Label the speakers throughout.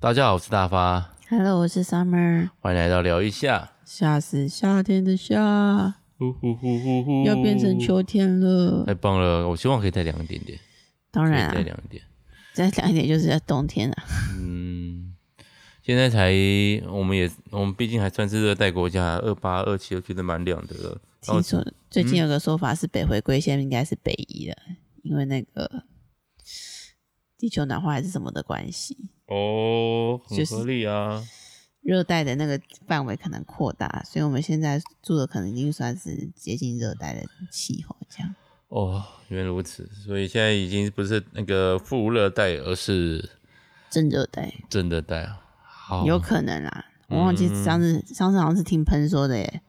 Speaker 1: 大家好，我是大发，
Speaker 2: Hello，我是 Summer，
Speaker 1: 欢迎来到聊一下。
Speaker 2: 夏是夏天的夏，
Speaker 1: 呼呼呼呼呼
Speaker 2: 要变成秋天了。
Speaker 1: 太棒哎了！我希望可以再凉一点点，
Speaker 2: 当然
Speaker 1: 可以再
Speaker 2: 啊，
Speaker 1: 凉一点。
Speaker 2: 再讲一点就是要冬天了、啊。
Speaker 1: 嗯，现在才我们也我们毕竟还算是热带国家，二八二七我觉得蛮凉的了。
Speaker 2: 听说最近有个说法是北回归线应该是北移了，因为那个地球暖化还是什么的关系，
Speaker 1: 哦，很
Speaker 2: 就是
Speaker 1: 合理啊。
Speaker 2: 热带的那个范围可能扩大，所以我们现在住的可能已经算是接近热带的气候这样。
Speaker 1: 哦，原来如此，所以现在已经不是那个副热带，而是
Speaker 2: 真热带
Speaker 1: 正热带啊。好，
Speaker 2: 有可能啦，我忘记上次、上次好像是听喷说的耶，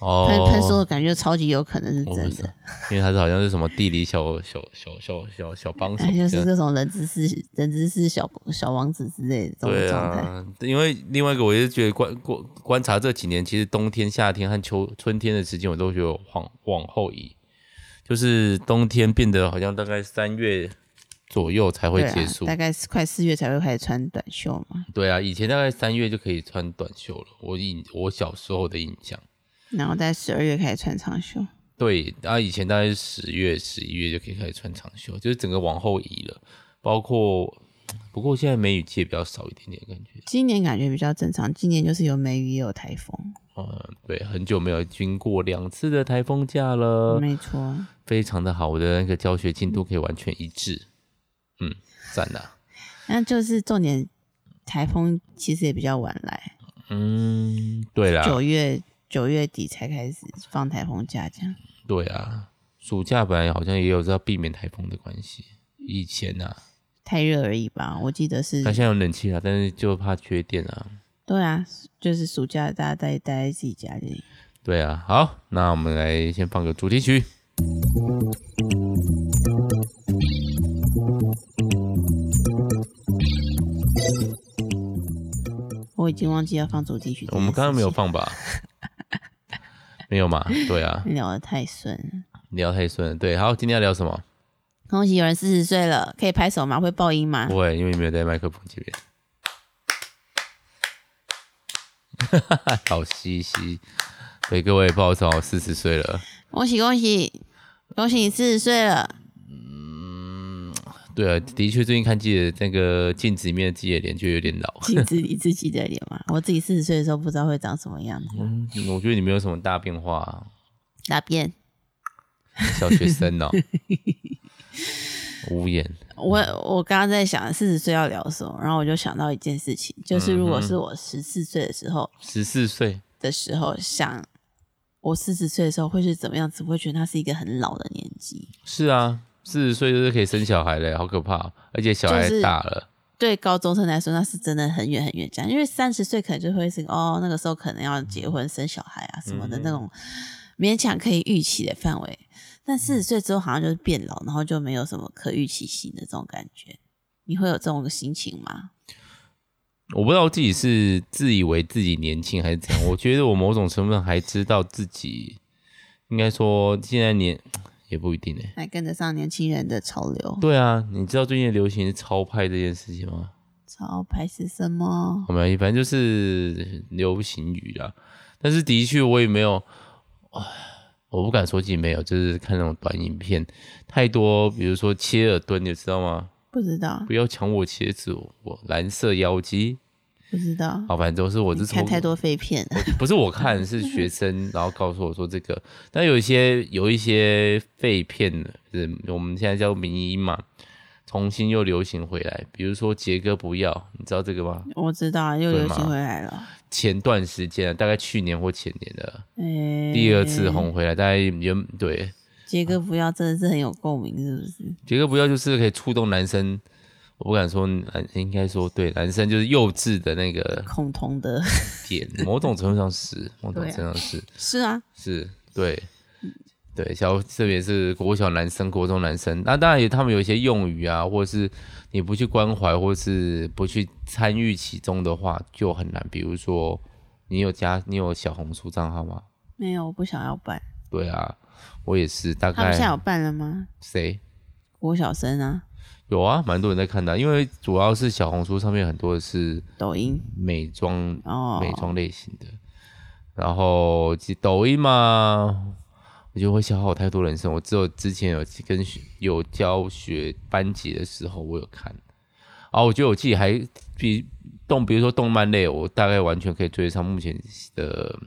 Speaker 1: 哦，
Speaker 2: 喷喷说的感觉超级有可能是
Speaker 1: 我
Speaker 2: 真
Speaker 1: 不
Speaker 2: 的
Speaker 1: 知道。，因为他是好像是什么地理小小小小小小 帮手
Speaker 2: 哎，，就是
Speaker 1: 这样
Speaker 2: 这种人之是人之是小小王子之类的这种
Speaker 1: 对
Speaker 2: 状态。
Speaker 1: 啊，因为另外一个，我也是觉得观观观察这几年，其实冬天、夏天和秋春天的时间，我都觉得有往往后移，就是冬天变得好像大概三月左右才会
Speaker 2: 对啊
Speaker 1: 结束。
Speaker 2: 大概是快四月才会开始穿短袖嘛。
Speaker 1: 对啊，以前大概三月就可以穿短袖了，我印我小时候的印象。
Speaker 2: 然后在十二月开始穿长袖，
Speaker 1: 对，啊，以前大概是十月、十一月就可以开始穿长袖，就是整个往后移了。包括，不过现在梅雨季也比较少一点点，感觉。
Speaker 2: 今年感觉比较正常。今年就是有梅雨也有台风，
Speaker 1: 嗯，对，很久没有经过两次的台风假了，
Speaker 2: 没错。
Speaker 1: 非常的好，我的那个教学进度可以完全一致。嗯，赞呐、
Speaker 2: 那就是重点，台风其实也比较晚来，
Speaker 1: 嗯，对啦，
Speaker 2: 九月九月底才开始放台风假这样。
Speaker 1: 对啊，暑假本来好像也有在避免台风的关系，以前呐、啊，
Speaker 2: 太热而已吧，我记得是
Speaker 1: 它，现在有冷气啦，但是就怕缺电啊。
Speaker 2: 对啊，就是暑假大家待待在自己家里。
Speaker 1: 对啊，好，那我们来先放个主题曲。
Speaker 2: 我已经忘记要放主题曲这件事情。
Speaker 1: 我们刚刚没有放吧？ 没有嘛？对啊，
Speaker 2: 聊得太顺了。
Speaker 1: 聊太顺了。对，好，今天要聊什么？
Speaker 2: 恭喜有人四十岁了，可以拍手吗？会爆音吗
Speaker 1: 不？会，因为没有带麦克风这边。哈哈， 好嘻嘻。对各位，不好意思哦，四十岁了。
Speaker 2: 恭喜恭喜恭喜你四十岁了！
Speaker 1: 对啊，的确，最近看自己的那个镜子里面的自己的脸，就有点老。
Speaker 2: 请自己自己的脸嘛，我自己四十岁的时候不知道会长什么样子，
Speaker 1: 嗯，我觉得你没有什么大变化、啊，
Speaker 2: 大便。
Speaker 1: 小学生 哦，无言。
Speaker 2: 我我刚刚在想四十岁要聊什么，然后我就想到一件事情，就是如果是我十四岁的时候
Speaker 1: 十四岁，
Speaker 2: 的时候想。我四十岁的时候会是怎么样子？我会觉得他是一个很老的年纪，
Speaker 1: 是啊，四十岁就是可以生小孩了，好可怕、哦！而且小孩
Speaker 2: 就是
Speaker 1: 大了，
Speaker 2: 对高中生来说那是真的很远很远这样，因为三十岁可能就会是哦，那个时候可能要结婚生小孩啊什么的
Speaker 1: 嗯
Speaker 2: 那种勉强可以预期的范围，但四十岁之后好像就是变老，然后就没有什么可预期性的这种感觉。你会有这种心情吗？
Speaker 1: 我不知道自己是自以为自己年轻还是怎样。我觉得我某种程度上还知道自己，应该说现在年也不一定哎、
Speaker 2: 来跟得上年轻人的潮流，
Speaker 1: 对啊，你知道最近的流行是超派这件事情吗？
Speaker 2: 潮牌是什么？
Speaker 1: 我们反正就是流行语啦。但是的确，我也没有，我不敢说自己没有，就是看那种短影片太多，比如说切耳墩，你知道吗？
Speaker 2: 不知道，
Speaker 1: 不要抢我茄子，我蓝色妖姬。
Speaker 2: 不知道。
Speaker 1: 好，反正都是我
Speaker 2: 你
Speaker 1: 是
Speaker 2: 看
Speaker 1: 从
Speaker 2: 太多废片了，
Speaker 1: 不是我看，是学生，然后告诉我说这个。但有一些有一些废片，就是我们现在叫民音嘛，重新又流行回来。比如说杰哥不要，你知道这个吗？
Speaker 2: 我知道啊又
Speaker 1: 对
Speaker 2: 流
Speaker 1: 吗
Speaker 2: 行回来了。
Speaker 1: 前段时间啊，大概去年或前年的
Speaker 2: 哎，
Speaker 1: 第二次红回来，大概原对
Speaker 2: 杰哥不要，真的是很有共鸣，是不是？
Speaker 1: 杰哥不要就是可以触动男生，我不敢说男，应该说对男生就是幼稚的那个
Speaker 2: 恐同的，
Speaker 1: 点，某种程度上是，某种程度上是。
Speaker 2: 是嗯啊，
Speaker 1: 是，对，对，小特别是国小男生、国中男生，那当然也他们有一些用语啊，或者是你不去关怀，或是不去参与其中的话，就很难。比如说，你有加你有小红书账号吗？
Speaker 2: 没有，我不想要办。
Speaker 1: 对啊，我也是，大
Speaker 2: 他们现在
Speaker 1: 概
Speaker 2: 有办了吗？
Speaker 1: 谁
Speaker 2: 国小生啊，
Speaker 1: 有啊，蛮多人在看的啊，因为主要是小红书上面很多是
Speaker 2: 抖音
Speaker 1: 美妆
Speaker 2: 哦，
Speaker 1: 美妆类型的，然后其抖音嘛，我觉得会消耗太多人生。我只有之前有跟学有教学班级的时候，我有看，啊，我觉得我自己还比动，比如说动漫类，我大概完全可以追上目前的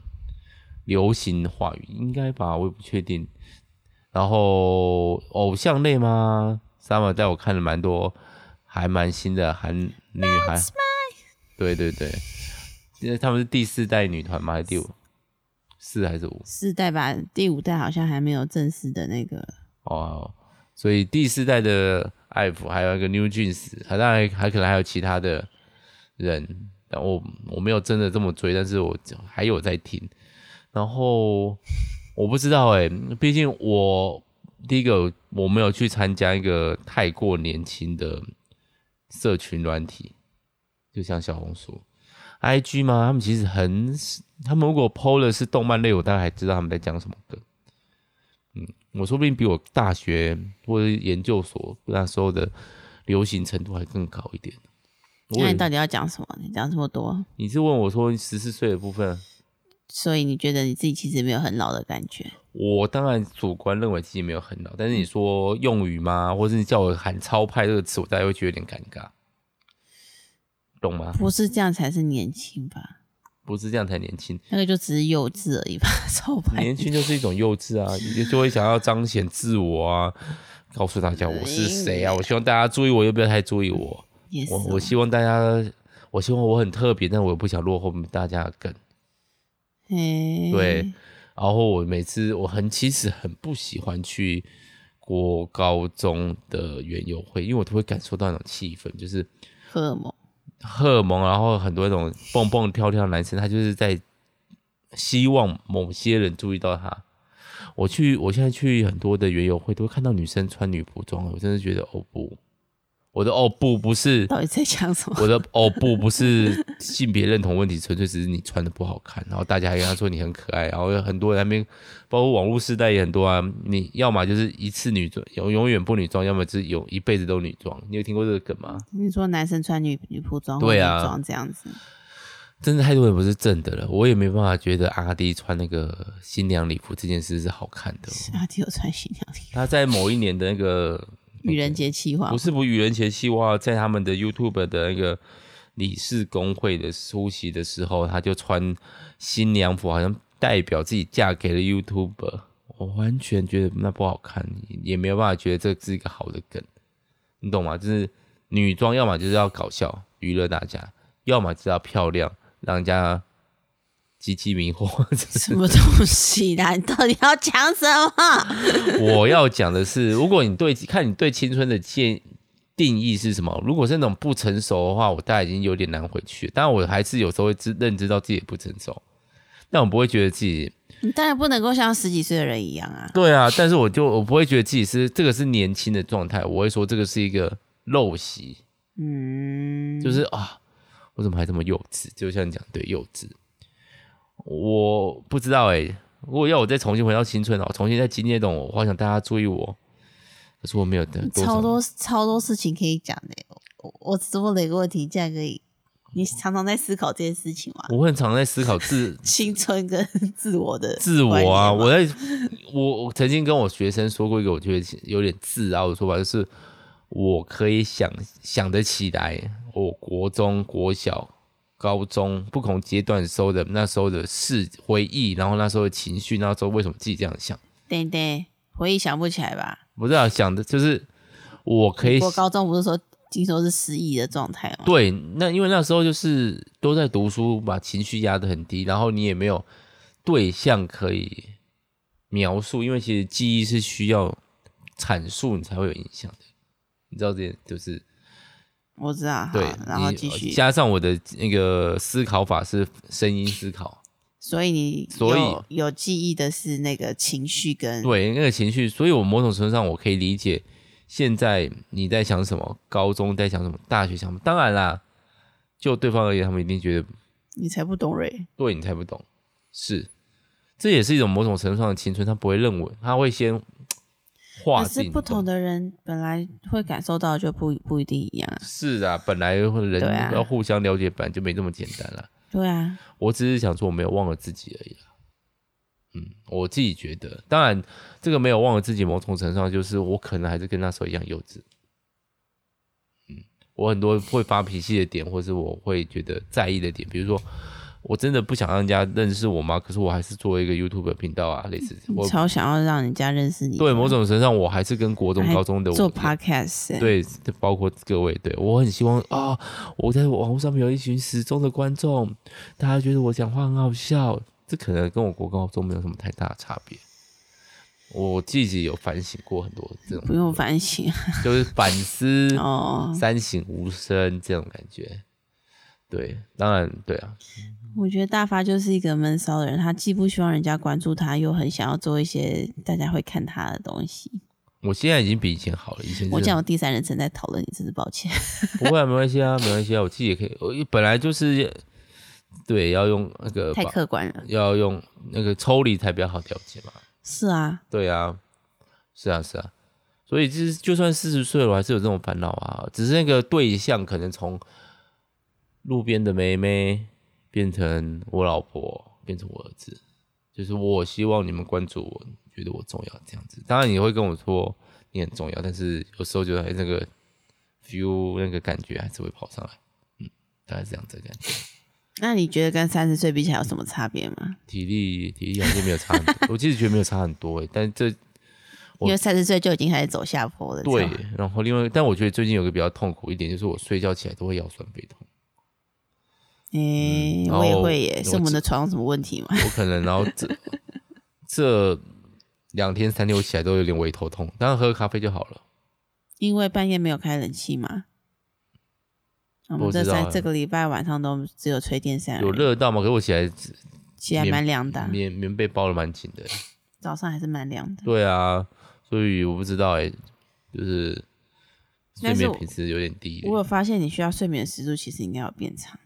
Speaker 1: 流行话语，应该吧，我也不确定。然后偶像类吗？s u m m e r 带我看了蛮多，还蛮新的韩女孩。对对对，因为他们是第四代女团吗？还是第五？四还是五？
Speaker 2: 四代吧，第五代好像还没有正式的那个。
Speaker 1: 哦，所以第四代的艾弗，还有一个 New Jeans，还当然还可能还有其他的人，但我我没有真的这么追，但是我还有在听。然后我不知道哎、毕竟我第一个我没有去参加一个太过年轻的社群软体，就像小红书、IG 嘛，他们其实很，他们如果 PO 的是动漫类，我大概还知道他们在讲什么歌。我说不定比我大学或者研究所那时候的流行程度还更高一点。我
Speaker 2: 那
Speaker 1: 也
Speaker 2: 你到底要讲什么？你讲这么多，
Speaker 1: 你是问我说十四岁的部分，
Speaker 2: 所以你觉得你自己其实没有很老的感觉？
Speaker 1: 我当然主观认为自己没有很老，但是你说用语吗，或是你叫我喊超派这个词，我大概会觉得有点尴尬，懂吗？
Speaker 2: 不是这样才是年轻吧？
Speaker 1: 不是这样才年轻，
Speaker 2: 那个就只是幼稚而已吧， 超白。
Speaker 1: 年轻就是一种幼稚啊，也就会想要彰显自我啊，告诉大家我是谁啊，我希望大家注意我，又不要太注意我。
Speaker 2: 也是
Speaker 1: 我
Speaker 2: 哦，
Speaker 1: 我希望大家，我希望我很特别，但我也不想落后大家的梗。
Speaker 2: 嘿
Speaker 1: 对，然后我每次我很其实很不喜欢去国高中的园游会，因为我都会感受到那种气氛，就是
Speaker 2: 荷尔蒙
Speaker 1: 荷尔蒙，然后很多那种蹦蹦跳跳的男生，他就是在希望某些人注意到他。我去，我现在去很多的园游会，都会看到女生穿女仆装，我真的觉得哦不，我的哦不不是
Speaker 2: 到底在讲什么？
Speaker 1: 我的哦不，不是性别认同问题，纯粹只是你穿的不好看，然后大家还跟他说你很可爱，然后有很多人还没，包括网络世代也很多啊。你要么就是一次女装，永永远不女装，要么就是有一辈子都女装。你有听过这个梗吗？
Speaker 2: 你说男生穿女女仆装或
Speaker 1: 对
Speaker 2: 女
Speaker 1: 啊
Speaker 2: 装这样子，
Speaker 1: 真的太多人不是正的了，我也没办法觉得阿迪穿那个新娘礼服这件事是好看的。
Speaker 2: 阿弟有穿新娘礼
Speaker 1: 他在某一年的那个
Speaker 2: 服，愚人节气划
Speaker 1: 不是不愚人节计划，在他们的 YouTube 的那个理事工会的出席的时候，他就穿新娘服，好像代表自己嫁给了 YouTuber。我完全觉得那不好看，也没有办法觉得这是一个好的梗，你懂吗？就是女装，要么就是要搞笑娱乐大家，要么就是要漂亮，让人家极其迷惑。
Speaker 2: 什么东西啦？你到底要讲什么？
Speaker 1: 我要讲的是，如果你对看你对青春的建定义是什么？如果是那种不成熟的话，我大概已经有点难回去了。但我还是有时候会知认知到自己的不成熟，但我不会觉得自己
Speaker 2: 你 当然不能够像十几岁的人一样啊！
Speaker 1: 对啊，但是我就我不会觉得自己是这个是年轻的状态，我会说这个是一个陋习，
Speaker 2: 嗯，
Speaker 1: 就是啊，我怎么还这么幼稚？就像你讲，对，幼稚。我不知道哎、如果要我再重新回到青春哦，重新再经历那种，我好想大家注意我，可是我没有的，多
Speaker 2: 超
Speaker 1: 少
Speaker 2: 多超多事情可以讲的耶。欸我我只问了一个问题，这样可以？你常常在思考这件事情吗？
Speaker 1: 我很常在思考自
Speaker 2: 青春跟 自我的
Speaker 1: 自我
Speaker 2: 观念
Speaker 1: 啊，
Speaker 2: 吗
Speaker 1: 我在我我曾经跟我学生说过一个我觉得有点自傲的说法，就是我可以想想得起来，我国中、国小、高中不同阶段时候的那时候的事回忆，然后那时候的情绪，那时候为什么自己这样想，
Speaker 2: 对对，回忆想不起来吧？
Speaker 1: 不是啊，想的就是我可以
Speaker 2: 我高中不是说听说是失忆的状态吗？
Speaker 1: 对，那因为那时候就是都在读书，把情绪压得很低，然后你也没有对象可以描述，因为其实记忆是需要阐述你才会有影响的，你知道这件就是
Speaker 2: 我知道。
Speaker 1: 对
Speaker 2: 好，啊然后
Speaker 1: 你
Speaker 2: 继续。
Speaker 1: 加上我的那个思考法是声音思考，
Speaker 2: 所以你
Speaker 1: 所以
Speaker 2: 有有记忆的是那个情绪跟
Speaker 1: 对那个情绪，所以我某种程度上我可以理解现在你在想什么，高中在想什么，大学想什么，当然啦，就对方而言，他们一定觉得
Speaker 2: 你才不懂瑞。
Speaker 1: 对你才不懂，是，这也是一种某种程度上的青春，他不会认为，他会先划
Speaker 2: 可是
Speaker 1: 定
Speaker 2: 不同的人本来会感受到就不不一定一样啊。
Speaker 1: 是啊，本来人
Speaker 2: 对啊
Speaker 1: 要互相了解，本来就没这么简单了。
Speaker 2: 对啊，
Speaker 1: 我只是想说，我没有忘了自己而已啦。嗯，我自己觉得，当然这个没有忘了自己，某种程度上就是我可能还是跟那时候一样幼稚。嗯，我很多会发脾气的点，或是我会觉得在意的点，比如说。我真的不想让人家认识我妈，可是我还是做一个 YouTube 频道啊，类似这样
Speaker 2: 你
Speaker 1: 我
Speaker 2: 超想要让人家认识你的，
Speaker 1: 对某种程度上，我还是跟国中、
Speaker 2: 还
Speaker 1: 高中的我
Speaker 2: 做
Speaker 1: 一样
Speaker 2: podcast，欸，
Speaker 1: 对，包括各位，对我很希望啊、我在网络上面有一群死忠的观众，大家觉得我讲话很好笑，这可能跟我国高中没有什么太大的差别。我自己有反省过很多这
Speaker 2: 不
Speaker 1: 种，
Speaker 2: 用反省啊
Speaker 1: 就是反思、
Speaker 2: 哦。
Speaker 1: 三省吾身这种感觉。对，当然对啊，
Speaker 2: 我觉得大发就是一个闷骚的人，他既不希望人家关注他，又很想要做一些大家会看他的东西。
Speaker 1: 我现在已经比以前好了，以前
Speaker 2: 我
Speaker 1: 真的
Speaker 2: 讲我第三人称在讨论你，真是抱歉。
Speaker 1: 不会、啊，没关系啊，没关系啊，我自己也可以，我本来就是对要用那个
Speaker 2: 太
Speaker 1: 把
Speaker 2: 客观了。
Speaker 1: 要用那个抽离才比较好了解嘛。
Speaker 2: 是啊，
Speaker 1: 对啊，是啊，是啊。所以就是，就算四十岁了，我还是有这种烦恼啊。只是那个对象可能从路边的妹妹变成我老婆，变成我儿子。就是我希望你们关注我，觉得我重要这样子。当然你会跟我说你很重要，但是有时候觉得哎那个 feel 那个感觉还是会跑上来。嗯，大概是这样子的感觉。
Speaker 2: 那你觉得跟三十岁比起来有什么差别吗？
Speaker 1: 体力体力还是没有差很多， 我其实觉得没有差很多哎，但这我
Speaker 2: 因为三十岁就已经开始走下坡了。
Speaker 1: 对
Speaker 2: 这样，
Speaker 1: 然后另外，但我觉得最近有个比较痛苦一点，就是我睡觉起来都会腰酸背痛，
Speaker 2: 诶、
Speaker 1: 嗯
Speaker 2: 我也
Speaker 1: 然后
Speaker 2: 会耶，
Speaker 1: 我
Speaker 2: 是我们的床有什么问题吗？
Speaker 1: 我可能然后这这两天三天我起来都有点微头痛，当然喝咖啡就好了。
Speaker 2: 因为半夜没有开冷气嘛。我们
Speaker 1: 我
Speaker 2: 这
Speaker 1: 知道
Speaker 2: 三
Speaker 1: 啊
Speaker 2: 这个礼拜晚上都只有吹电扇而已，
Speaker 1: 有热到吗？可是我起来
Speaker 2: 其实还
Speaker 1: 棉
Speaker 2: 蛮凉的啊，
Speaker 1: 棉棉被包的蛮紧的。
Speaker 2: 早上还是蛮凉的。
Speaker 1: 对啊，所以我不知道哎、就是睡
Speaker 2: 但是
Speaker 1: 眠
Speaker 2: 我
Speaker 1: 品质有点低。
Speaker 2: 我有发现你需要睡眠的时数其实应该有变长，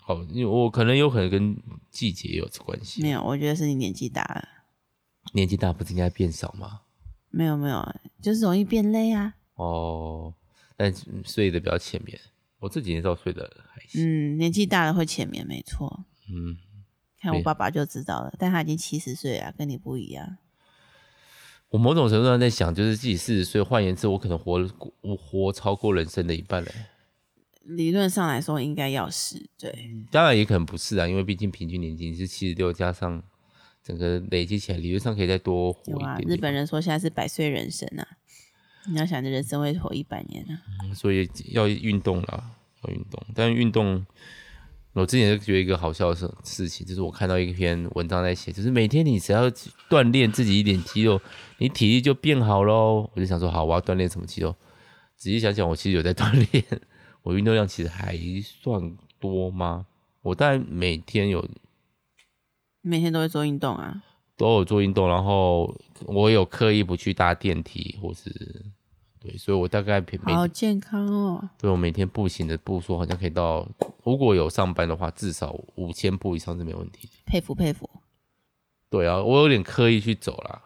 Speaker 1: 好，因为我可能有可能跟季节有关系。
Speaker 2: 没有，我觉得是你年纪大了，
Speaker 1: 年纪大不是应该变少吗？
Speaker 2: 没有没有，就是容易变累啊。
Speaker 1: 哦，但是嗯睡得比较浅眠。我这几年倒睡得还行。
Speaker 2: 嗯，年纪大了会浅眠，没错。
Speaker 1: 嗯，
Speaker 2: 看
Speaker 1: 对
Speaker 2: 我爸爸就知道了，但他已经七十岁了，啊跟你不一样。
Speaker 1: 我某种程度上在想，就是自己四十岁，换言之，我可能活我活超过人生的一半了。
Speaker 2: 理论上来说，应该要是对，
Speaker 1: 当然也可能不是啊，因为毕竟平均年纪是七十六，加上整个累积起来，理论上可以再多活
Speaker 2: 有
Speaker 1: 一
Speaker 2: 啊。
Speaker 1: 点点。
Speaker 2: 日本人说现在是百岁人生啊，你要想着人生会活一百年啊。
Speaker 1: 嗯所以要运动啦，要运动。但运动，我之前就觉得一个好笑的事事情，就是我看到一篇文章在写，就是每天你只要锻炼自己一点肌肉，你体力就变好喽。我就想说，好，我要锻炼什么肌肉？仔细想想，我其实有在锻炼， 我运动量其实还算多吗？我大概每天有
Speaker 2: 你每天都会做运动啊，
Speaker 1: 都有做运动，然后我有刻意不去搭电梯，或是对，所以我大概每每
Speaker 2: 好健康哦。
Speaker 1: 对我每天步行的步数好像可以到，如果有上班的话，至少五千步以上是没问题的。
Speaker 2: 佩服佩服，
Speaker 1: 对啊，我有点刻意去走啦，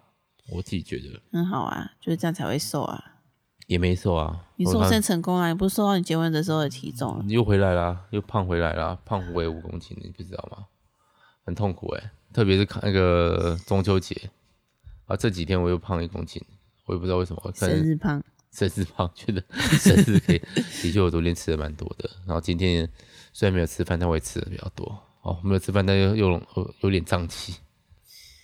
Speaker 1: 我自己觉得
Speaker 2: 很好啊，就是这样才会瘦啊。
Speaker 1: 也没瘦啊。
Speaker 2: 你
Speaker 1: 我
Speaker 2: 瘦
Speaker 1: 看嗯
Speaker 2: 身成功了，你不是瘦到你结婚的时候的体重了？
Speaker 1: 你又回来啦，又胖回来啦，胖回五公斤，你不知道吗？很痛苦哎、特别是看那个中秋节啊，这几天我又胖了一公斤，我也不知道为什么，可
Speaker 2: 生
Speaker 1: 能
Speaker 2: 日胖，
Speaker 1: 生日胖，觉得生日可以，的确我昨天吃的蛮多的。然后今天虽然没有吃饭，但我也吃的比较多。哦，没有吃饭，但又又有有点胀气，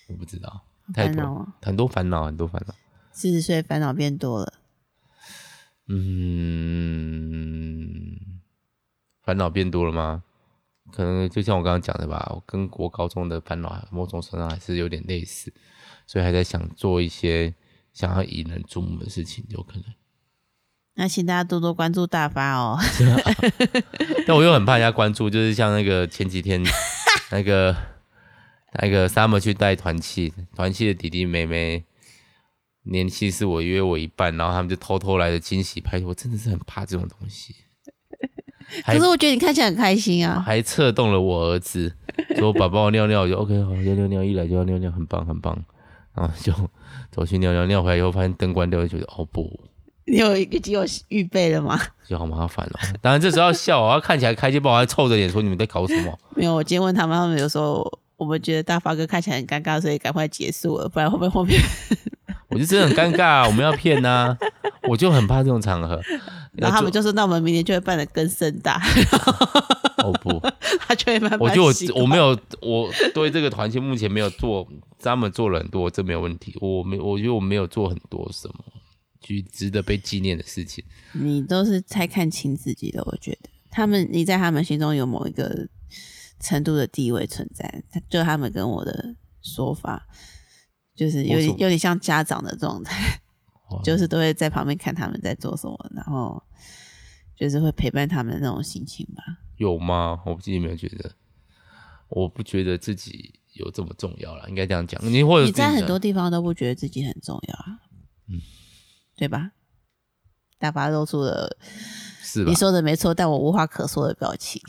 Speaker 1: 我不知道，太
Speaker 2: 烦
Speaker 1: 多
Speaker 2: 恼啊
Speaker 1: 很多烦恼，很多烦恼。
Speaker 2: 四十岁烦恼变多了，
Speaker 1: 嗯，烦恼变多了吗？可能就像我刚刚讲的吧，我跟国高中的烦恼某种程度上还是有点类似，所以还在想做一些想要引人注目的事情，有可能。
Speaker 2: 那请大家多多关注大发哦。
Speaker 1: 但我又很怕人家关注，就是像那个前几天那 个那个 Summer 去带团契，团契的弟弟妹妹年纪是我约我一半，然后他们就偷偷来的惊喜拍，我真的是很怕这种东 西，还
Speaker 2: 可是我觉得你看起来很开心啊。
Speaker 1: 还策动了我儿子说：“宝宝尿尿，我就 OK，好，要尿尿，一来就要尿尿，很棒很棒。”然后就走去尿尿，尿回来以后发现灯关掉，就觉得哦不，
Speaker 2: 你有一个有预备了吗？
Speaker 1: 就好麻烦哦。当然这时候要笑啊，看起来开心不好，还臭着脸说你们在搞什么？
Speaker 2: 没有，我今天问他们，他们有说我们觉得大发哥看起来很尴尬，所以赶快结束了，不然会不会后面？
Speaker 1: 我就真的很尴尬、啊，我们要骗呐、 我就很怕这种场合。
Speaker 2: 然后他们
Speaker 1: 就
Speaker 2: 就说，那我们明年就会办的更盛大，
Speaker 1: 哦不，
Speaker 2: 他就会慢慢
Speaker 1: 我觉得
Speaker 2: 习
Speaker 1: 我
Speaker 2: 惯
Speaker 1: 我没有我对这个团体目前没有做，他们做了很多，这没有问题。我没我觉得我没有做很多什么去值得被纪念的事情。
Speaker 2: 你都是太看清自己了，我觉得他们你在他们心中有某一个程度的地位存在，他就他们跟我的说法，就是有
Speaker 1: 我
Speaker 2: 点
Speaker 1: 所
Speaker 2: 有点像家长的 状态
Speaker 1: 哦，
Speaker 2: 就是都会在旁边看他们在做什么，然后就是会陪伴他们的那种心情吧。
Speaker 1: 有吗？我自己没有觉得，我不觉得自己有这么重要了，应该这样讲。你或者
Speaker 2: 你在
Speaker 1: 自己
Speaker 2: 很
Speaker 1: 的
Speaker 2: 多地方都不觉得自己很重要啊，嗯，对吧？大发露出了
Speaker 1: 是吧
Speaker 2: 你？说的没错，但我无话可说的表情。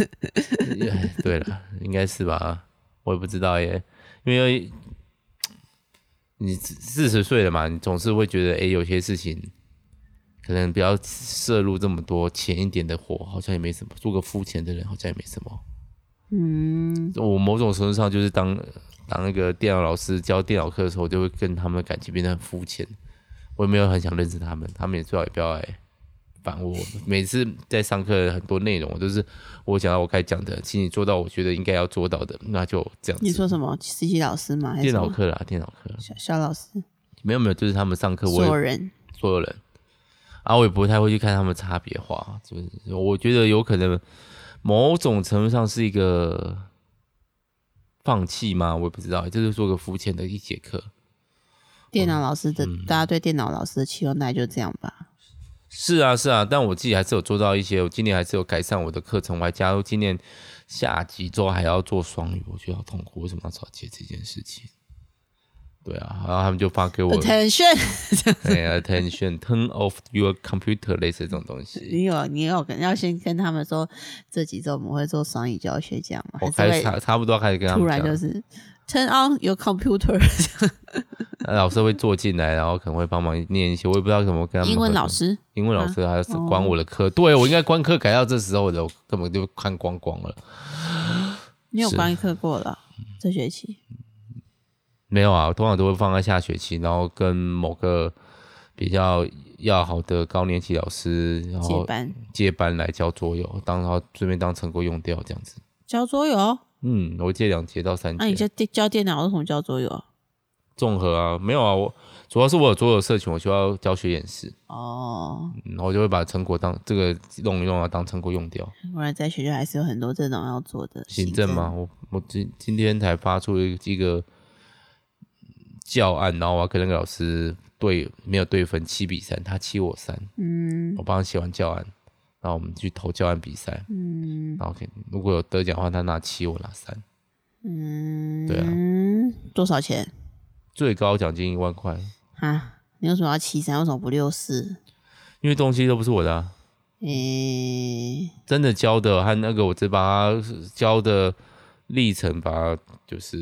Speaker 1: 哎 对了，应该是吧？我也不知道耶，因为你四十岁了嘛，你总是会觉得，哎、有些事情可能不要摄入这么多浅一点的火，好像也没什么；做个肤浅的人，好像也没什么。
Speaker 2: 嗯，
Speaker 1: 我某种程度上就是当当那个电脑老师教电脑课的时候，我就会跟他们的感情变得很肤浅。我也没有很想认识他们，他们也最好也不要来烦我。每次在上课的很多内容，我都是我讲到我该讲的，请你做到我觉得应该要做到的，那就这样子。
Speaker 2: 你说什么？实习老师吗？还是
Speaker 1: 电
Speaker 2: 什
Speaker 1: 脑
Speaker 2: 么？
Speaker 1: 课啦，电脑课
Speaker 2: 小小老师，
Speaker 1: 没有没有，就是他们上课我
Speaker 2: 所
Speaker 1: 也
Speaker 2: 有人
Speaker 1: 所有人，啊，我也不太会去看他们差别化，就是我觉得有可能某种程度上是一个放弃吗？我也不知道，就是做个肤浅的一节课，
Speaker 2: 电
Speaker 1: 嗯
Speaker 2: 脑老师的，大家对电脑老师的期望大概就这样吧。
Speaker 1: 是啊，是啊，但我自己还是有做到一些，我今年还是有改善我的课程，我还加入今年下几周还要做双语，我觉得好痛苦，为什么要找解这件事情？对啊，然后他们就发给我
Speaker 2: Attention，
Speaker 1: 哎 attention turn off your computer 类似这种东西，
Speaker 2: 你有你有跟要先跟他们说，这几周我们会做双语教学，这样吗？
Speaker 1: 我
Speaker 2: 还
Speaker 1: 开
Speaker 2: 是
Speaker 1: 始
Speaker 2: 会
Speaker 1: 差差不多开始跟他
Speaker 2: 突
Speaker 1: 们
Speaker 2: 然
Speaker 1: 讲
Speaker 2: 就，是 turn on your computer？
Speaker 1: 那老师会坐进来，然后可能会帮忙念一些，我也不知道怎么跟他们。
Speaker 2: 英文老，师哦
Speaker 1: 英文老师还是管我的课，对我应该关课改到这时候的，我根本就看光光了。
Speaker 2: 你有
Speaker 1: 是嗯
Speaker 2: 观课过了？这学期
Speaker 1: 没有啊，我通常都会放在下学期，然后跟某个比较要好的高年级老师，然
Speaker 2: 接
Speaker 1: 后
Speaker 2: 班
Speaker 1: 接班来教桌游，当然后顺便当成果用掉这样子。
Speaker 2: 教桌游，
Speaker 1: 嗯，我借两节到三节。
Speaker 2: 那你教电教电脑，为什么教桌游啊？
Speaker 1: 综合啊，没有啊，我主要是我有桌游社群，我需要教学演示，
Speaker 2: 哦，
Speaker 1: 嗯然后我就会把成果当这个弄一弄啊，当成果用掉。
Speaker 2: 果然在学校还是有很多这种要做的
Speaker 1: 嗯行政吗？？我我今今天才发出一一个教案，然后我要跟那个老师对没有对分，七比三，他七我三，
Speaker 2: 嗯
Speaker 1: 我帮他写完教案，然后我们去投教案比赛，
Speaker 2: 嗯。
Speaker 1: 然后可以如果有得奖的话，他拿七，我拿三，
Speaker 2: 嗯，
Speaker 1: 对啊
Speaker 2: 多少钱
Speaker 1: 最高奖金一万块，
Speaker 2: 啊？你为什么要七三？为什么不六四？
Speaker 1: 因为东西都不是我的、啊，
Speaker 2: 诶、
Speaker 1: 真的教的和那个我只把他教的历程把它就是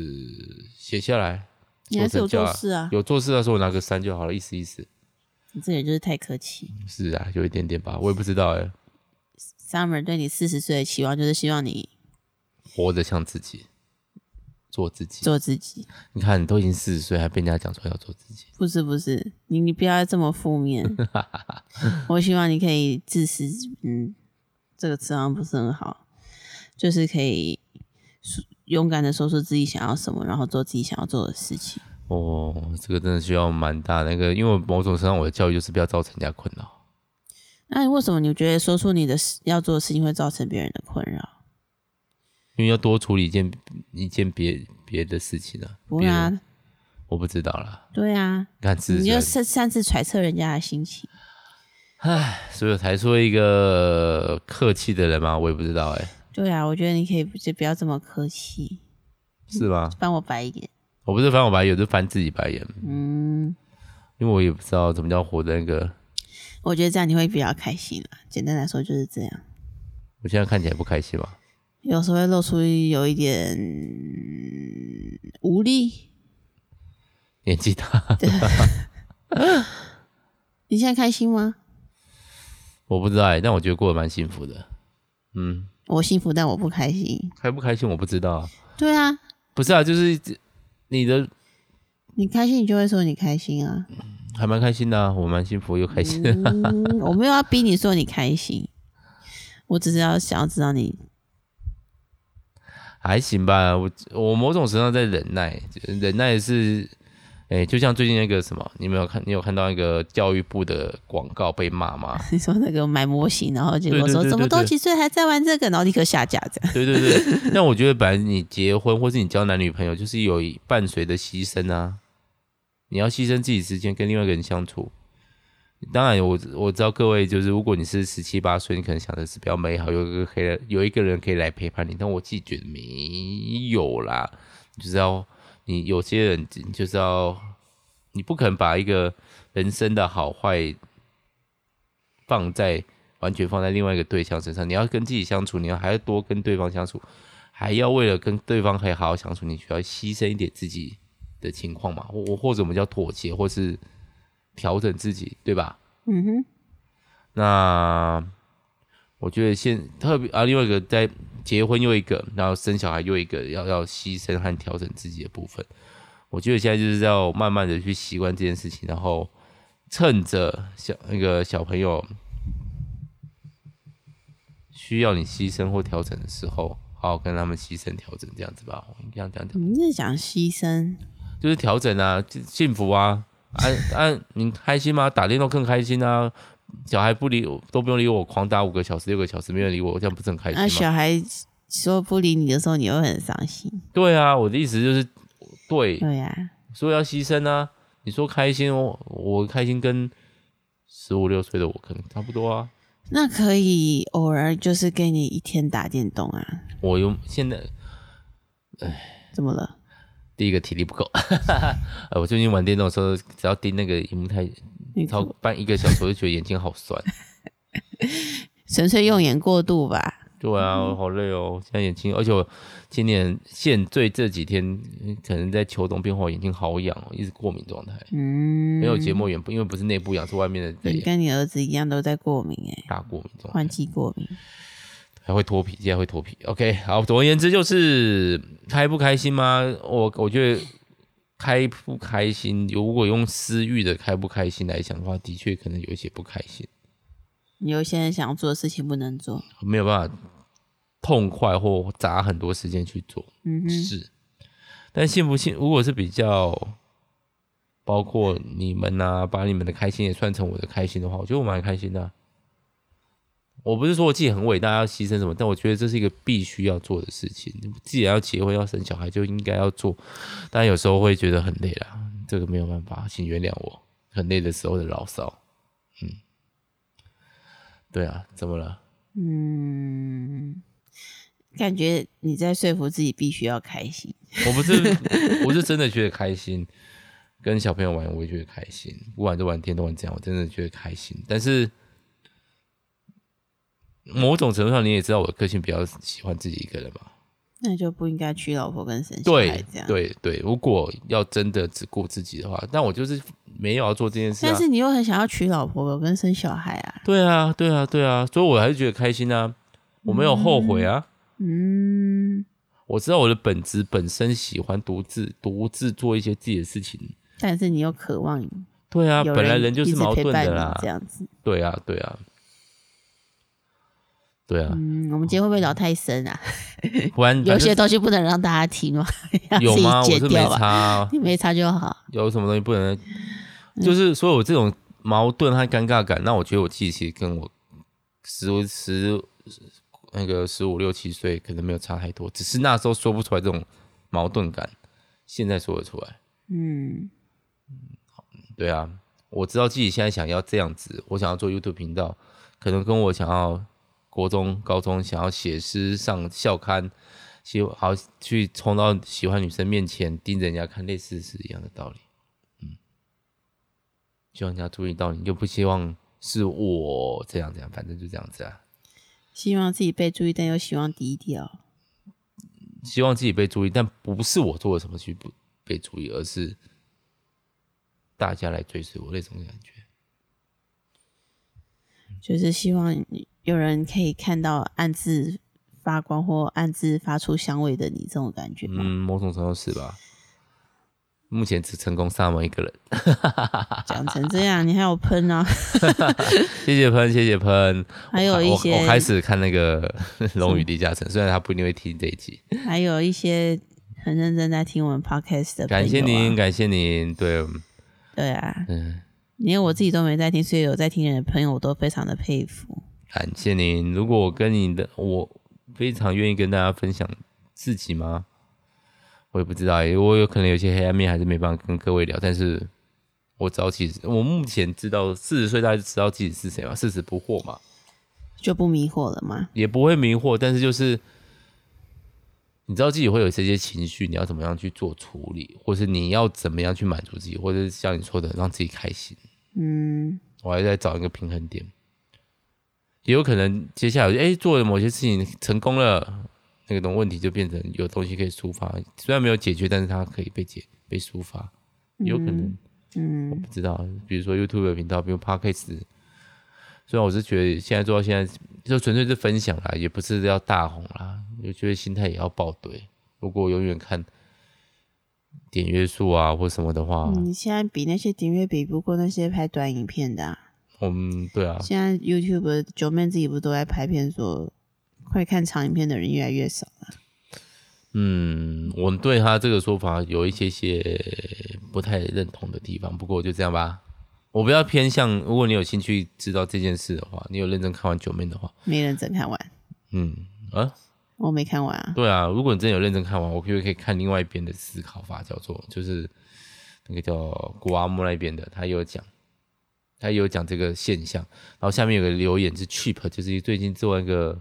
Speaker 1: 写下来，
Speaker 2: 你还是有
Speaker 1: 做成教
Speaker 2: 做
Speaker 1: 案
Speaker 2: 事啊？
Speaker 1: 有做事的时候我拿个三就好了，意思意思。
Speaker 2: 你这人就是太客气。
Speaker 1: 是啊，有一点点吧，我也不知道哎、
Speaker 2: Summer 对你四十岁的期望就是希望你
Speaker 1: 活得像自己，做自己。
Speaker 2: 做自己，
Speaker 1: 你看，你都已经四十岁，还被人家讲说要做自己，
Speaker 2: 不是不是？你你不要这么负 面。我希望你可以自私，嗯，这个词好像不是很好，就是可以说勇敢的说出自己想要什么，然后做自己想要做的事情。
Speaker 1: 哦，这个真的需要蛮大的那个，因为我某种程度上我的教育就是不要造成人家困扰。
Speaker 2: 那你为什么你觉得说出你的事要做的事情会造成别人的困扰？
Speaker 1: 因为要多处理一件一件别别的事情啊，
Speaker 2: 不
Speaker 1: 别
Speaker 2: 会
Speaker 1: 人
Speaker 2: 啊，
Speaker 1: 我不知道啦。
Speaker 2: 对啊，
Speaker 1: 你看四
Speaker 2: 你
Speaker 1: 十岁，
Speaker 2: 就擅擅自揣测人家的心情。
Speaker 1: 所以我才说一个客气的人嘛，我也不知道哎、
Speaker 2: 对啊，我觉得你可以就不要这么客气，
Speaker 1: 是吗？
Speaker 2: 翻我白眼。
Speaker 1: 我不是翻我白眼，我是翻自己白眼，
Speaker 2: 嗯，
Speaker 1: 因为我也不知道怎么叫活的那个。
Speaker 2: 我觉得这样你会比较开心啊。简单来说就是这样，
Speaker 1: 我现在看起来不开心吧？
Speaker 2: 有时候会露出有一点嗯无力。
Speaker 1: 年纪大，
Speaker 2: 对你现在开心吗？
Speaker 1: 我不知道哎、但我觉得过得蛮幸福的。嗯，
Speaker 2: 我幸福，但我不开心。
Speaker 1: 开不开心我不知道啊，
Speaker 2: 对啊，
Speaker 1: 不是啊，就是你的
Speaker 2: 你开心，你就会说你开心 啊。
Speaker 1: 还蛮开心的、啊，我蛮幸福又开心。
Speaker 2: 嗯，我没有要逼你说你开心，我只是要想要知道你
Speaker 1: 还行吧，我我某种程度上在忍耐，忍耐是，哎、就像最近那个什么，你没有看，你有看到一个教育部的广告被骂吗？
Speaker 2: 你说那个买模型，然后结果
Speaker 1: 对对
Speaker 2: 说
Speaker 1: 对
Speaker 2: 怎么
Speaker 1: 对
Speaker 2: 都
Speaker 1: 对
Speaker 2: 几岁还在玩这个，然后立刻下架这样。
Speaker 1: 对对对，但我觉得本来你结婚或是你交男女朋友，就是有一伴随的牺牲啊，你要牺牲自己时间跟另外一个人相处。当然我，我知道各位就是，如果你是十七八岁，你可能想的是比较美好，有一个可以有一个人可以来陪伴你，但我自己觉得没有啦，你就是要你有些人你就是要，你不可能把一个人生的好坏放在完全放在另外一个对象身上。你要跟自己相处，你要还要多跟对方相处，还要为了跟对方可以好好相处，你需要牺牲一点自己的情况嘛，或或者我们叫妥协，或是调整自己，对吧？
Speaker 2: 嗯哼，
Speaker 1: 那我觉得现特别啊，另外一个在结婚又一个，然后生小孩又一个，要要牺牲和调整自己的部分。我觉得现在就是要慢慢的去习惯这件事情，然后趁着小那个小朋友需要你牺牲或调整的时候，好好跟他们牺牲调整，这样子吧。我这样讲讲，
Speaker 2: 你是讲牺牲？
Speaker 1: 就是调整啊，就幸福啊，安、安、你开心吗？打电动更开心啊。小孩不理我，都不用理我，狂打五个小时、六个小时，没人理我，这样不是很开
Speaker 2: 那
Speaker 1: 心吗？
Speaker 2: 啊小孩说不理你的时候，你会很伤心。
Speaker 1: 对啊，我的意思就是，对，
Speaker 2: 对啊呀、
Speaker 1: 所以要牺牲啊。你说开心，我我开心跟十五六岁的我可能差不多啊。
Speaker 2: 那可以偶尔就是给你一天打电动啊？
Speaker 1: 我有现在
Speaker 2: 怎么了？
Speaker 1: 第一个体力不够， 呃，我最近玩电动的时候，只要盯那个荧幕太
Speaker 2: 你
Speaker 1: 超半一个小时，我就觉得眼睛好酸。
Speaker 2: 纯粹用眼过度吧？
Speaker 1: 对啊，我好累哦，现在眼睛，而且我今年现最这几天，嗯可能在秋冬变化，我眼睛好痒哦，一直过敏状态，
Speaker 2: 嗯，
Speaker 1: 没有结膜炎，不因为不是内部痒，是外面的在
Speaker 2: 你
Speaker 1: 痒，
Speaker 2: 跟你儿子一样都在过敏哎、
Speaker 1: 大过敏状态。
Speaker 2: 换季过敏。
Speaker 1: 还会脱皮，现在会脱皮。OK，好，总而言之就是开不开心吗？我我觉得开不开心，如果用私欲的开不开心来讲的话，的确可能有一些不开心，
Speaker 2: 有一些人想做的事情不能做，
Speaker 1: 没有办法痛快或砸很多时间去做
Speaker 2: 嗯哼，
Speaker 1: 是，但幸不幸，如果是比较包括你们呐、把你们的开心也算成我的开心的话，我觉得我蛮开心的啊、我不是说我自己很伟大要牺牲什么，但我觉得这是一个必须要做的事情。既然要结婚要生小孩，就应该要做。但有时候会觉得很累啦，这个没有办法，请原谅我很累的时候的牢骚。嗯，对啊，怎么了？
Speaker 2: 嗯，感觉你在说服自己必须要开心。
Speaker 1: 我不是，我是真的觉得开心，跟小朋友玩我也觉得开心，不管是玩电动玩这样，我真的觉得开心。但是某种程度上，你也知道我的个性比较喜欢自己一个人嘛。
Speaker 2: 那就不应该娶老婆跟生小孩
Speaker 1: 对
Speaker 2: 这样。，
Speaker 1: 对对，如果要真的只顾自己的话，但我就是没有要做这件事、啊。
Speaker 2: 但是你又很想要娶老婆跟生小孩啊。
Speaker 1: 对啊，对啊，对啊，所以我还是觉得开心啊，我没有后悔啊。
Speaker 2: 嗯，
Speaker 1: 我知道我的本质本身喜欢独自独自做一些自己的事情。
Speaker 2: 但是你又渴望
Speaker 1: 对啊，
Speaker 2: 有
Speaker 1: 本来
Speaker 2: 人
Speaker 1: 人就
Speaker 2: 一
Speaker 1: 是
Speaker 2: 直
Speaker 1: 矛
Speaker 2: 陪
Speaker 1: 盾
Speaker 2: 伴
Speaker 1: 的
Speaker 2: 你
Speaker 1: 啦。
Speaker 2: 这样子。
Speaker 1: 对啊，对啊，对啊，
Speaker 2: 嗯，我们今天会不会聊太深啊？
Speaker 1: 不然
Speaker 2: 有些
Speaker 1: 反
Speaker 2: 东西不能让大家听嘛，啊 要
Speaker 1: 正有
Speaker 2: 自己
Speaker 1: 吗？我
Speaker 2: 剪
Speaker 1: 是没
Speaker 2: 掉
Speaker 1: 差
Speaker 2: 吧。
Speaker 1: 啊，
Speaker 2: 你没差就好。
Speaker 1: 有什么东西不能？
Speaker 2: 嗯
Speaker 1: 就是所以，我这种矛盾和尴尬感，那我觉得我自己其实跟我十五十那个十五六七岁可能没有差太多，只是那时候说不出来这种矛盾感，现在说得出来。
Speaker 2: 嗯，
Speaker 1: 对啊，我知道自己现在想要这样子，我想要做 YouTube 频道，可能跟我想要国中、高中想要写诗上校刊，希望好去冲到喜欢女生面前盯着人家看，类似是一样的道理。嗯，希望人家注意到你，又不希望是我这样这样，反正就这样子啊。
Speaker 2: 希望自己被注意，但又希望低调。
Speaker 1: 希望自己被注意，但不是我做了什么去不被注意，而是大家来追随我那种感觉。
Speaker 2: 就是希望有人可以看到暗自发光或暗自发出香味的你这种感觉吧。
Speaker 1: 嗯，某种程度是吧？目前只成功杀完一个人，
Speaker 2: 讲成这样，你还有喷 啊？
Speaker 1: 谢谢喷，谢谢喷。
Speaker 2: 还有一些
Speaker 1: 我我我开始看那 个《龙与地下城》，虽然他不一定会听这一集。
Speaker 2: 还有一些很认真在听我们 podcast 的朋友啊、
Speaker 1: 感谢您，感谢您。对，
Speaker 2: 对啊，
Speaker 1: 嗯，
Speaker 2: 连我自己都没在听，所以有在听的朋友我都非常的佩服。
Speaker 1: 感谢您。如果我跟你的，我非常愿意跟大家分享自己吗？我也不知道耶，我有可能有些黑暗面还是没办法跟各位聊，但是我知道其实我目前知道四十岁大家就知道自己是谁嘛，四十不惑嘛，
Speaker 2: 就不迷惑了吗？
Speaker 1: 也不会迷惑，但是就是你知道自己会有这些情绪，你要怎么样去做处理，或是你要怎么样去满足自己，或者是像你说的让自己开心。
Speaker 2: 嗯，
Speaker 1: 我还在找一个平衡点。也有可能接下来，哎、做了某些事情成功了，那个东问题就变成有东西可以抒发，虽然没有解决，但是它可以被解被抒发。也有可能，
Speaker 2: 嗯
Speaker 1: 我不知道，比如说 YouTube 的频道，比如 Podcast。虽然我是觉得现在做到现在，就纯粹是分享啦，也不是要大红啦，我觉得心态也要爆对。如果我永远看点阅数啊或什么的话，
Speaker 2: 你嗯现在比那些订阅比不过那些拍短影片的、啊。
Speaker 1: 我们对啊，
Speaker 2: 现在 YouTube 九妹自己不都在拍片说，快看长影片的人越来越少了。
Speaker 1: 嗯，我对他这个说法有一些些不太认同的地方，不过我就这样吧。我比较偏向，如果你有兴趣知道这件事的话，你有认真看完九妹的话，
Speaker 2: 没认真看完，
Speaker 1: 嗯啊，
Speaker 2: 我没看完啊。
Speaker 1: 对啊，如果你真的有认真看完，我可以可以看另外一边的思考法，叫做就是那个叫古阿莫那边的，他有讲，他有讲这个现象。然后下面有个留言是 Cheap，就是最近做一个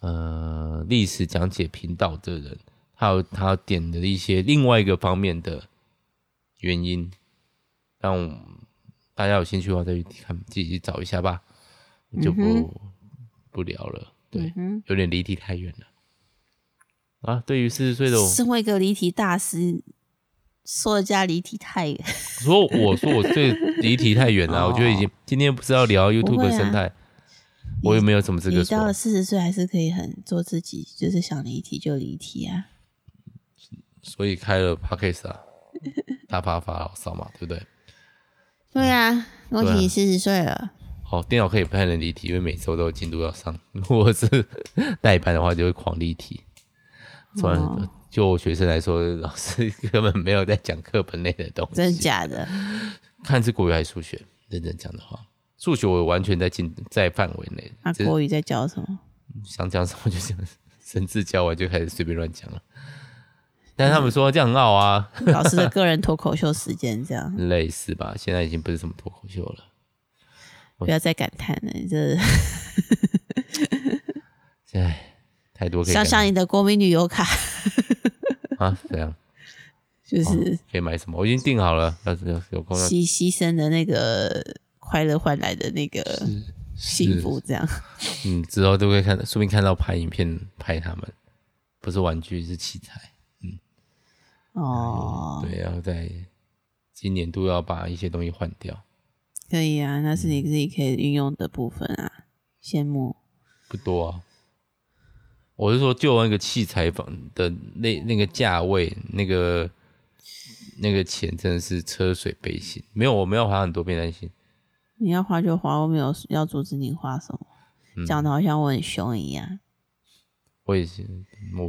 Speaker 1: 呃历史讲解频道的人，他有他点的一些另外一个方面的原因，让我大家有兴趣的话再去看自己去找一下吧，就不、
Speaker 2: 嗯
Speaker 1: 不聊了，对。
Speaker 2: 嗯
Speaker 1: 有点离题太远了啊！对于四十岁的我
Speaker 2: 哼，，身为一个离题大师，说人家离题太远，
Speaker 1: 说我说我对离题太远了，
Speaker 2: 哦
Speaker 1: 我觉得已经今天不是要聊
Speaker 2: 不会
Speaker 1: YouTube
Speaker 2: 啊
Speaker 1: 的生态，我有没有什么资格
Speaker 2: 你
Speaker 1: 说
Speaker 2: 到了？四十岁还是可以很做自己，就是想离题就离题
Speaker 1: 嗯
Speaker 2: 啊。
Speaker 1: 所以开了 Podcast 啊，大发发牢骚嘛，对不对？
Speaker 2: 对啊，恭喜
Speaker 1: 对啊
Speaker 2: 你四十岁了，
Speaker 1: 哦，电脑可以不太能离题，因为每周都有进度要上。如果是代班的话，就会狂离题。从来
Speaker 2: 哦
Speaker 1: 就学生来说，老师 根本没有在讲课本内的东西。
Speaker 2: 真的假 的？
Speaker 1: 看是国语还是数学？认真讲的话，数学我完全在进在范围内。
Speaker 2: 那
Speaker 1: 只是
Speaker 2: 啊国语在教什么？
Speaker 1: 想讲什么就讲，神志教完就开始随便乱讲了。但他们说这样很好啊，
Speaker 2: 老师的个人脱口秀时间这样，
Speaker 1: 类似吧？现在已经不是什么脱口秀了，
Speaker 2: 不要再感叹了，你这
Speaker 1: 现在太多可以
Speaker 2: 想想
Speaker 1: 干
Speaker 2: 你的国民旅游卡，
Speaker 1: 啊，怎样
Speaker 2: 就是
Speaker 1: 可以买什么？我已经订好了，要是有有空要
Speaker 2: 牺牺牲的那个快乐换来的那个幸福， 这样。
Speaker 1: 嗯，之后都会看，说不定看到拍影片拍他们，不是玩具是器材，
Speaker 2: 哦，
Speaker 1: 对，然后在今年度要把一些东西换掉，
Speaker 2: 可以啊，那是你自己可以运用的部分啊，羡慕。
Speaker 1: 不多啊。我是说，就那个器材房的那那个价位，那个那个钱真的是车水杯薪。没有，我没有花很多，别担心。
Speaker 2: 你要花就花，我没有要阻止你花什么，
Speaker 1: 嗯
Speaker 2: 讲的好像我很凶一样。
Speaker 1: 我也是，我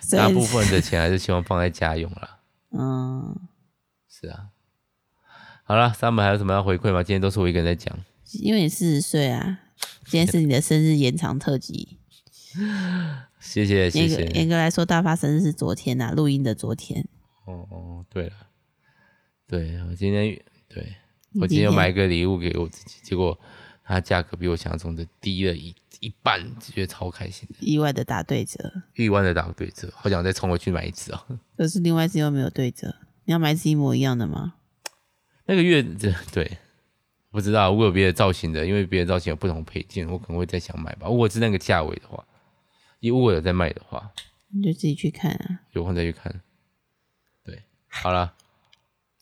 Speaker 2: 所以
Speaker 1: 大部分的钱还是希望放在家用啦。
Speaker 2: 嗯，
Speaker 1: 是啊。好了，三本还有什么要回馈吗？今天都是我一个人在讲。
Speaker 2: 因为你四十岁啊，今天是你的生日延长特辑。
Speaker 1: 谢谢，谢
Speaker 2: 严格
Speaker 1: 谢
Speaker 2: 严。格来说，大发生日是昨天呐、啊，录音的昨天。
Speaker 1: 哦哦，对了，对我今天对
Speaker 2: 你
Speaker 1: 我今
Speaker 2: 今
Speaker 1: 天有
Speaker 2: 天
Speaker 1: 买一个礼物给我自己，结果它价格比我想象中的低了一一半，觉得超开心的，
Speaker 2: 意外的打对折，
Speaker 1: 一万的打对折，好想再冲回去买一只哦。
Speaker 2: 可是另外一只又没有对折。你要买一只一模一样的吗？
Speaker 1: 那个月这对，不知道如果有别的造型的，因为别的造型有不同配件，我可能会再想买吧。如果是那个价位的话，如果有在卖的话，
Speaker 2: 你就自己去看啊。
Speaker 1: 有空再去看。对，好了，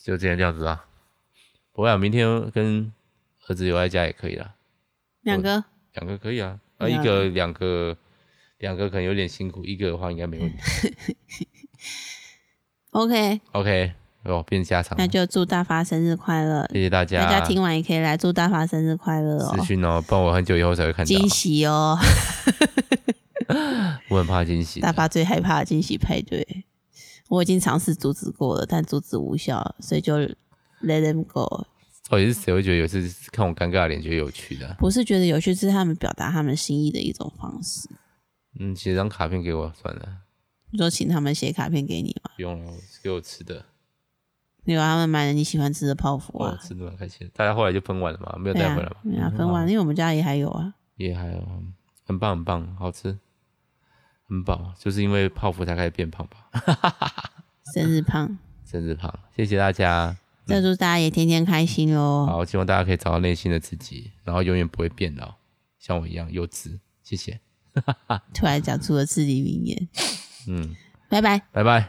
Speaker 1: 就今天这样子啊，不会啊，明天跟儿子留在家也可以啦，
Speaker 2: 两个
Speaker 1: 两个可以啊，啊，
Speaker 2: 了
Speaker 1: 一个两个两个可能有点辛苦，一个的话应该没问题。
Speaker 2: 嗯 OK，
Speaker 1: OK，哦，变家常了
Speaker 2: 那，就祝大发生日快乐！
Speaker 1: 谢谢大家，
Speaker 2: 大家听完也可以来祝大发生日快乐哦
Speaker 1: 私，讯哦，不然我很久以后才会看到，
Speaker 2: 惊喜哦！
Speaker 1: 我很怕惊喜的。
Speaker 2: 大发最害怕的惊喜派对，我已经尝试阻止过了，但阻止无效，所以就 let them go。
Speaker 1: 到哦底是谁会觉得有次看我尴尬的脸觉得有趣的啊？
Speaker 2: 不是觉得有趣，是他们表达他们心意的一种方式。
Speaker 1: 嗯，写张卡片给我算了，
Speaker 2: 你说请他们写卡片给你嘛？
Speaker 1: 不用了，给我吃的，
Speaker 2: 例如他们买了你喜欢吃的泡芙
Speaker 1: 我
Speaker 2: 啊，
Speaker 1: 吃的蛮开心的。大家后来就分完了嘛，没有
Speaker 2: 对
Speaker 1: 带
Speaker 2: 啊
Speaker 1: 回来嘛，，
Speaker 2: 对啊，
Speaker 1: 嗯
Speaker 2: 分完，因为我们家也还有啊。
Speaker 1: 也还好，很棒很棒，好吃，很棒，就是因为泡芙才开始变胖吧，
Speaker 2: 生日
Speaker 1: 嗯
Speaker 2: 胖，
Speaker 1: 真是胖，谢谢大家。
Speaker 2: 这祝大家也天天开心哦喽！
Speaker 1: 好，希望大家可以找到内心的自己，然后永远不会变老，像我一样幼稚。谢谢，
Speaker 2: 突然讲出了至理名言，
Speaker 1: 嗯，
Speaker 2: 拜拜。
Speaker 1: 拜拜。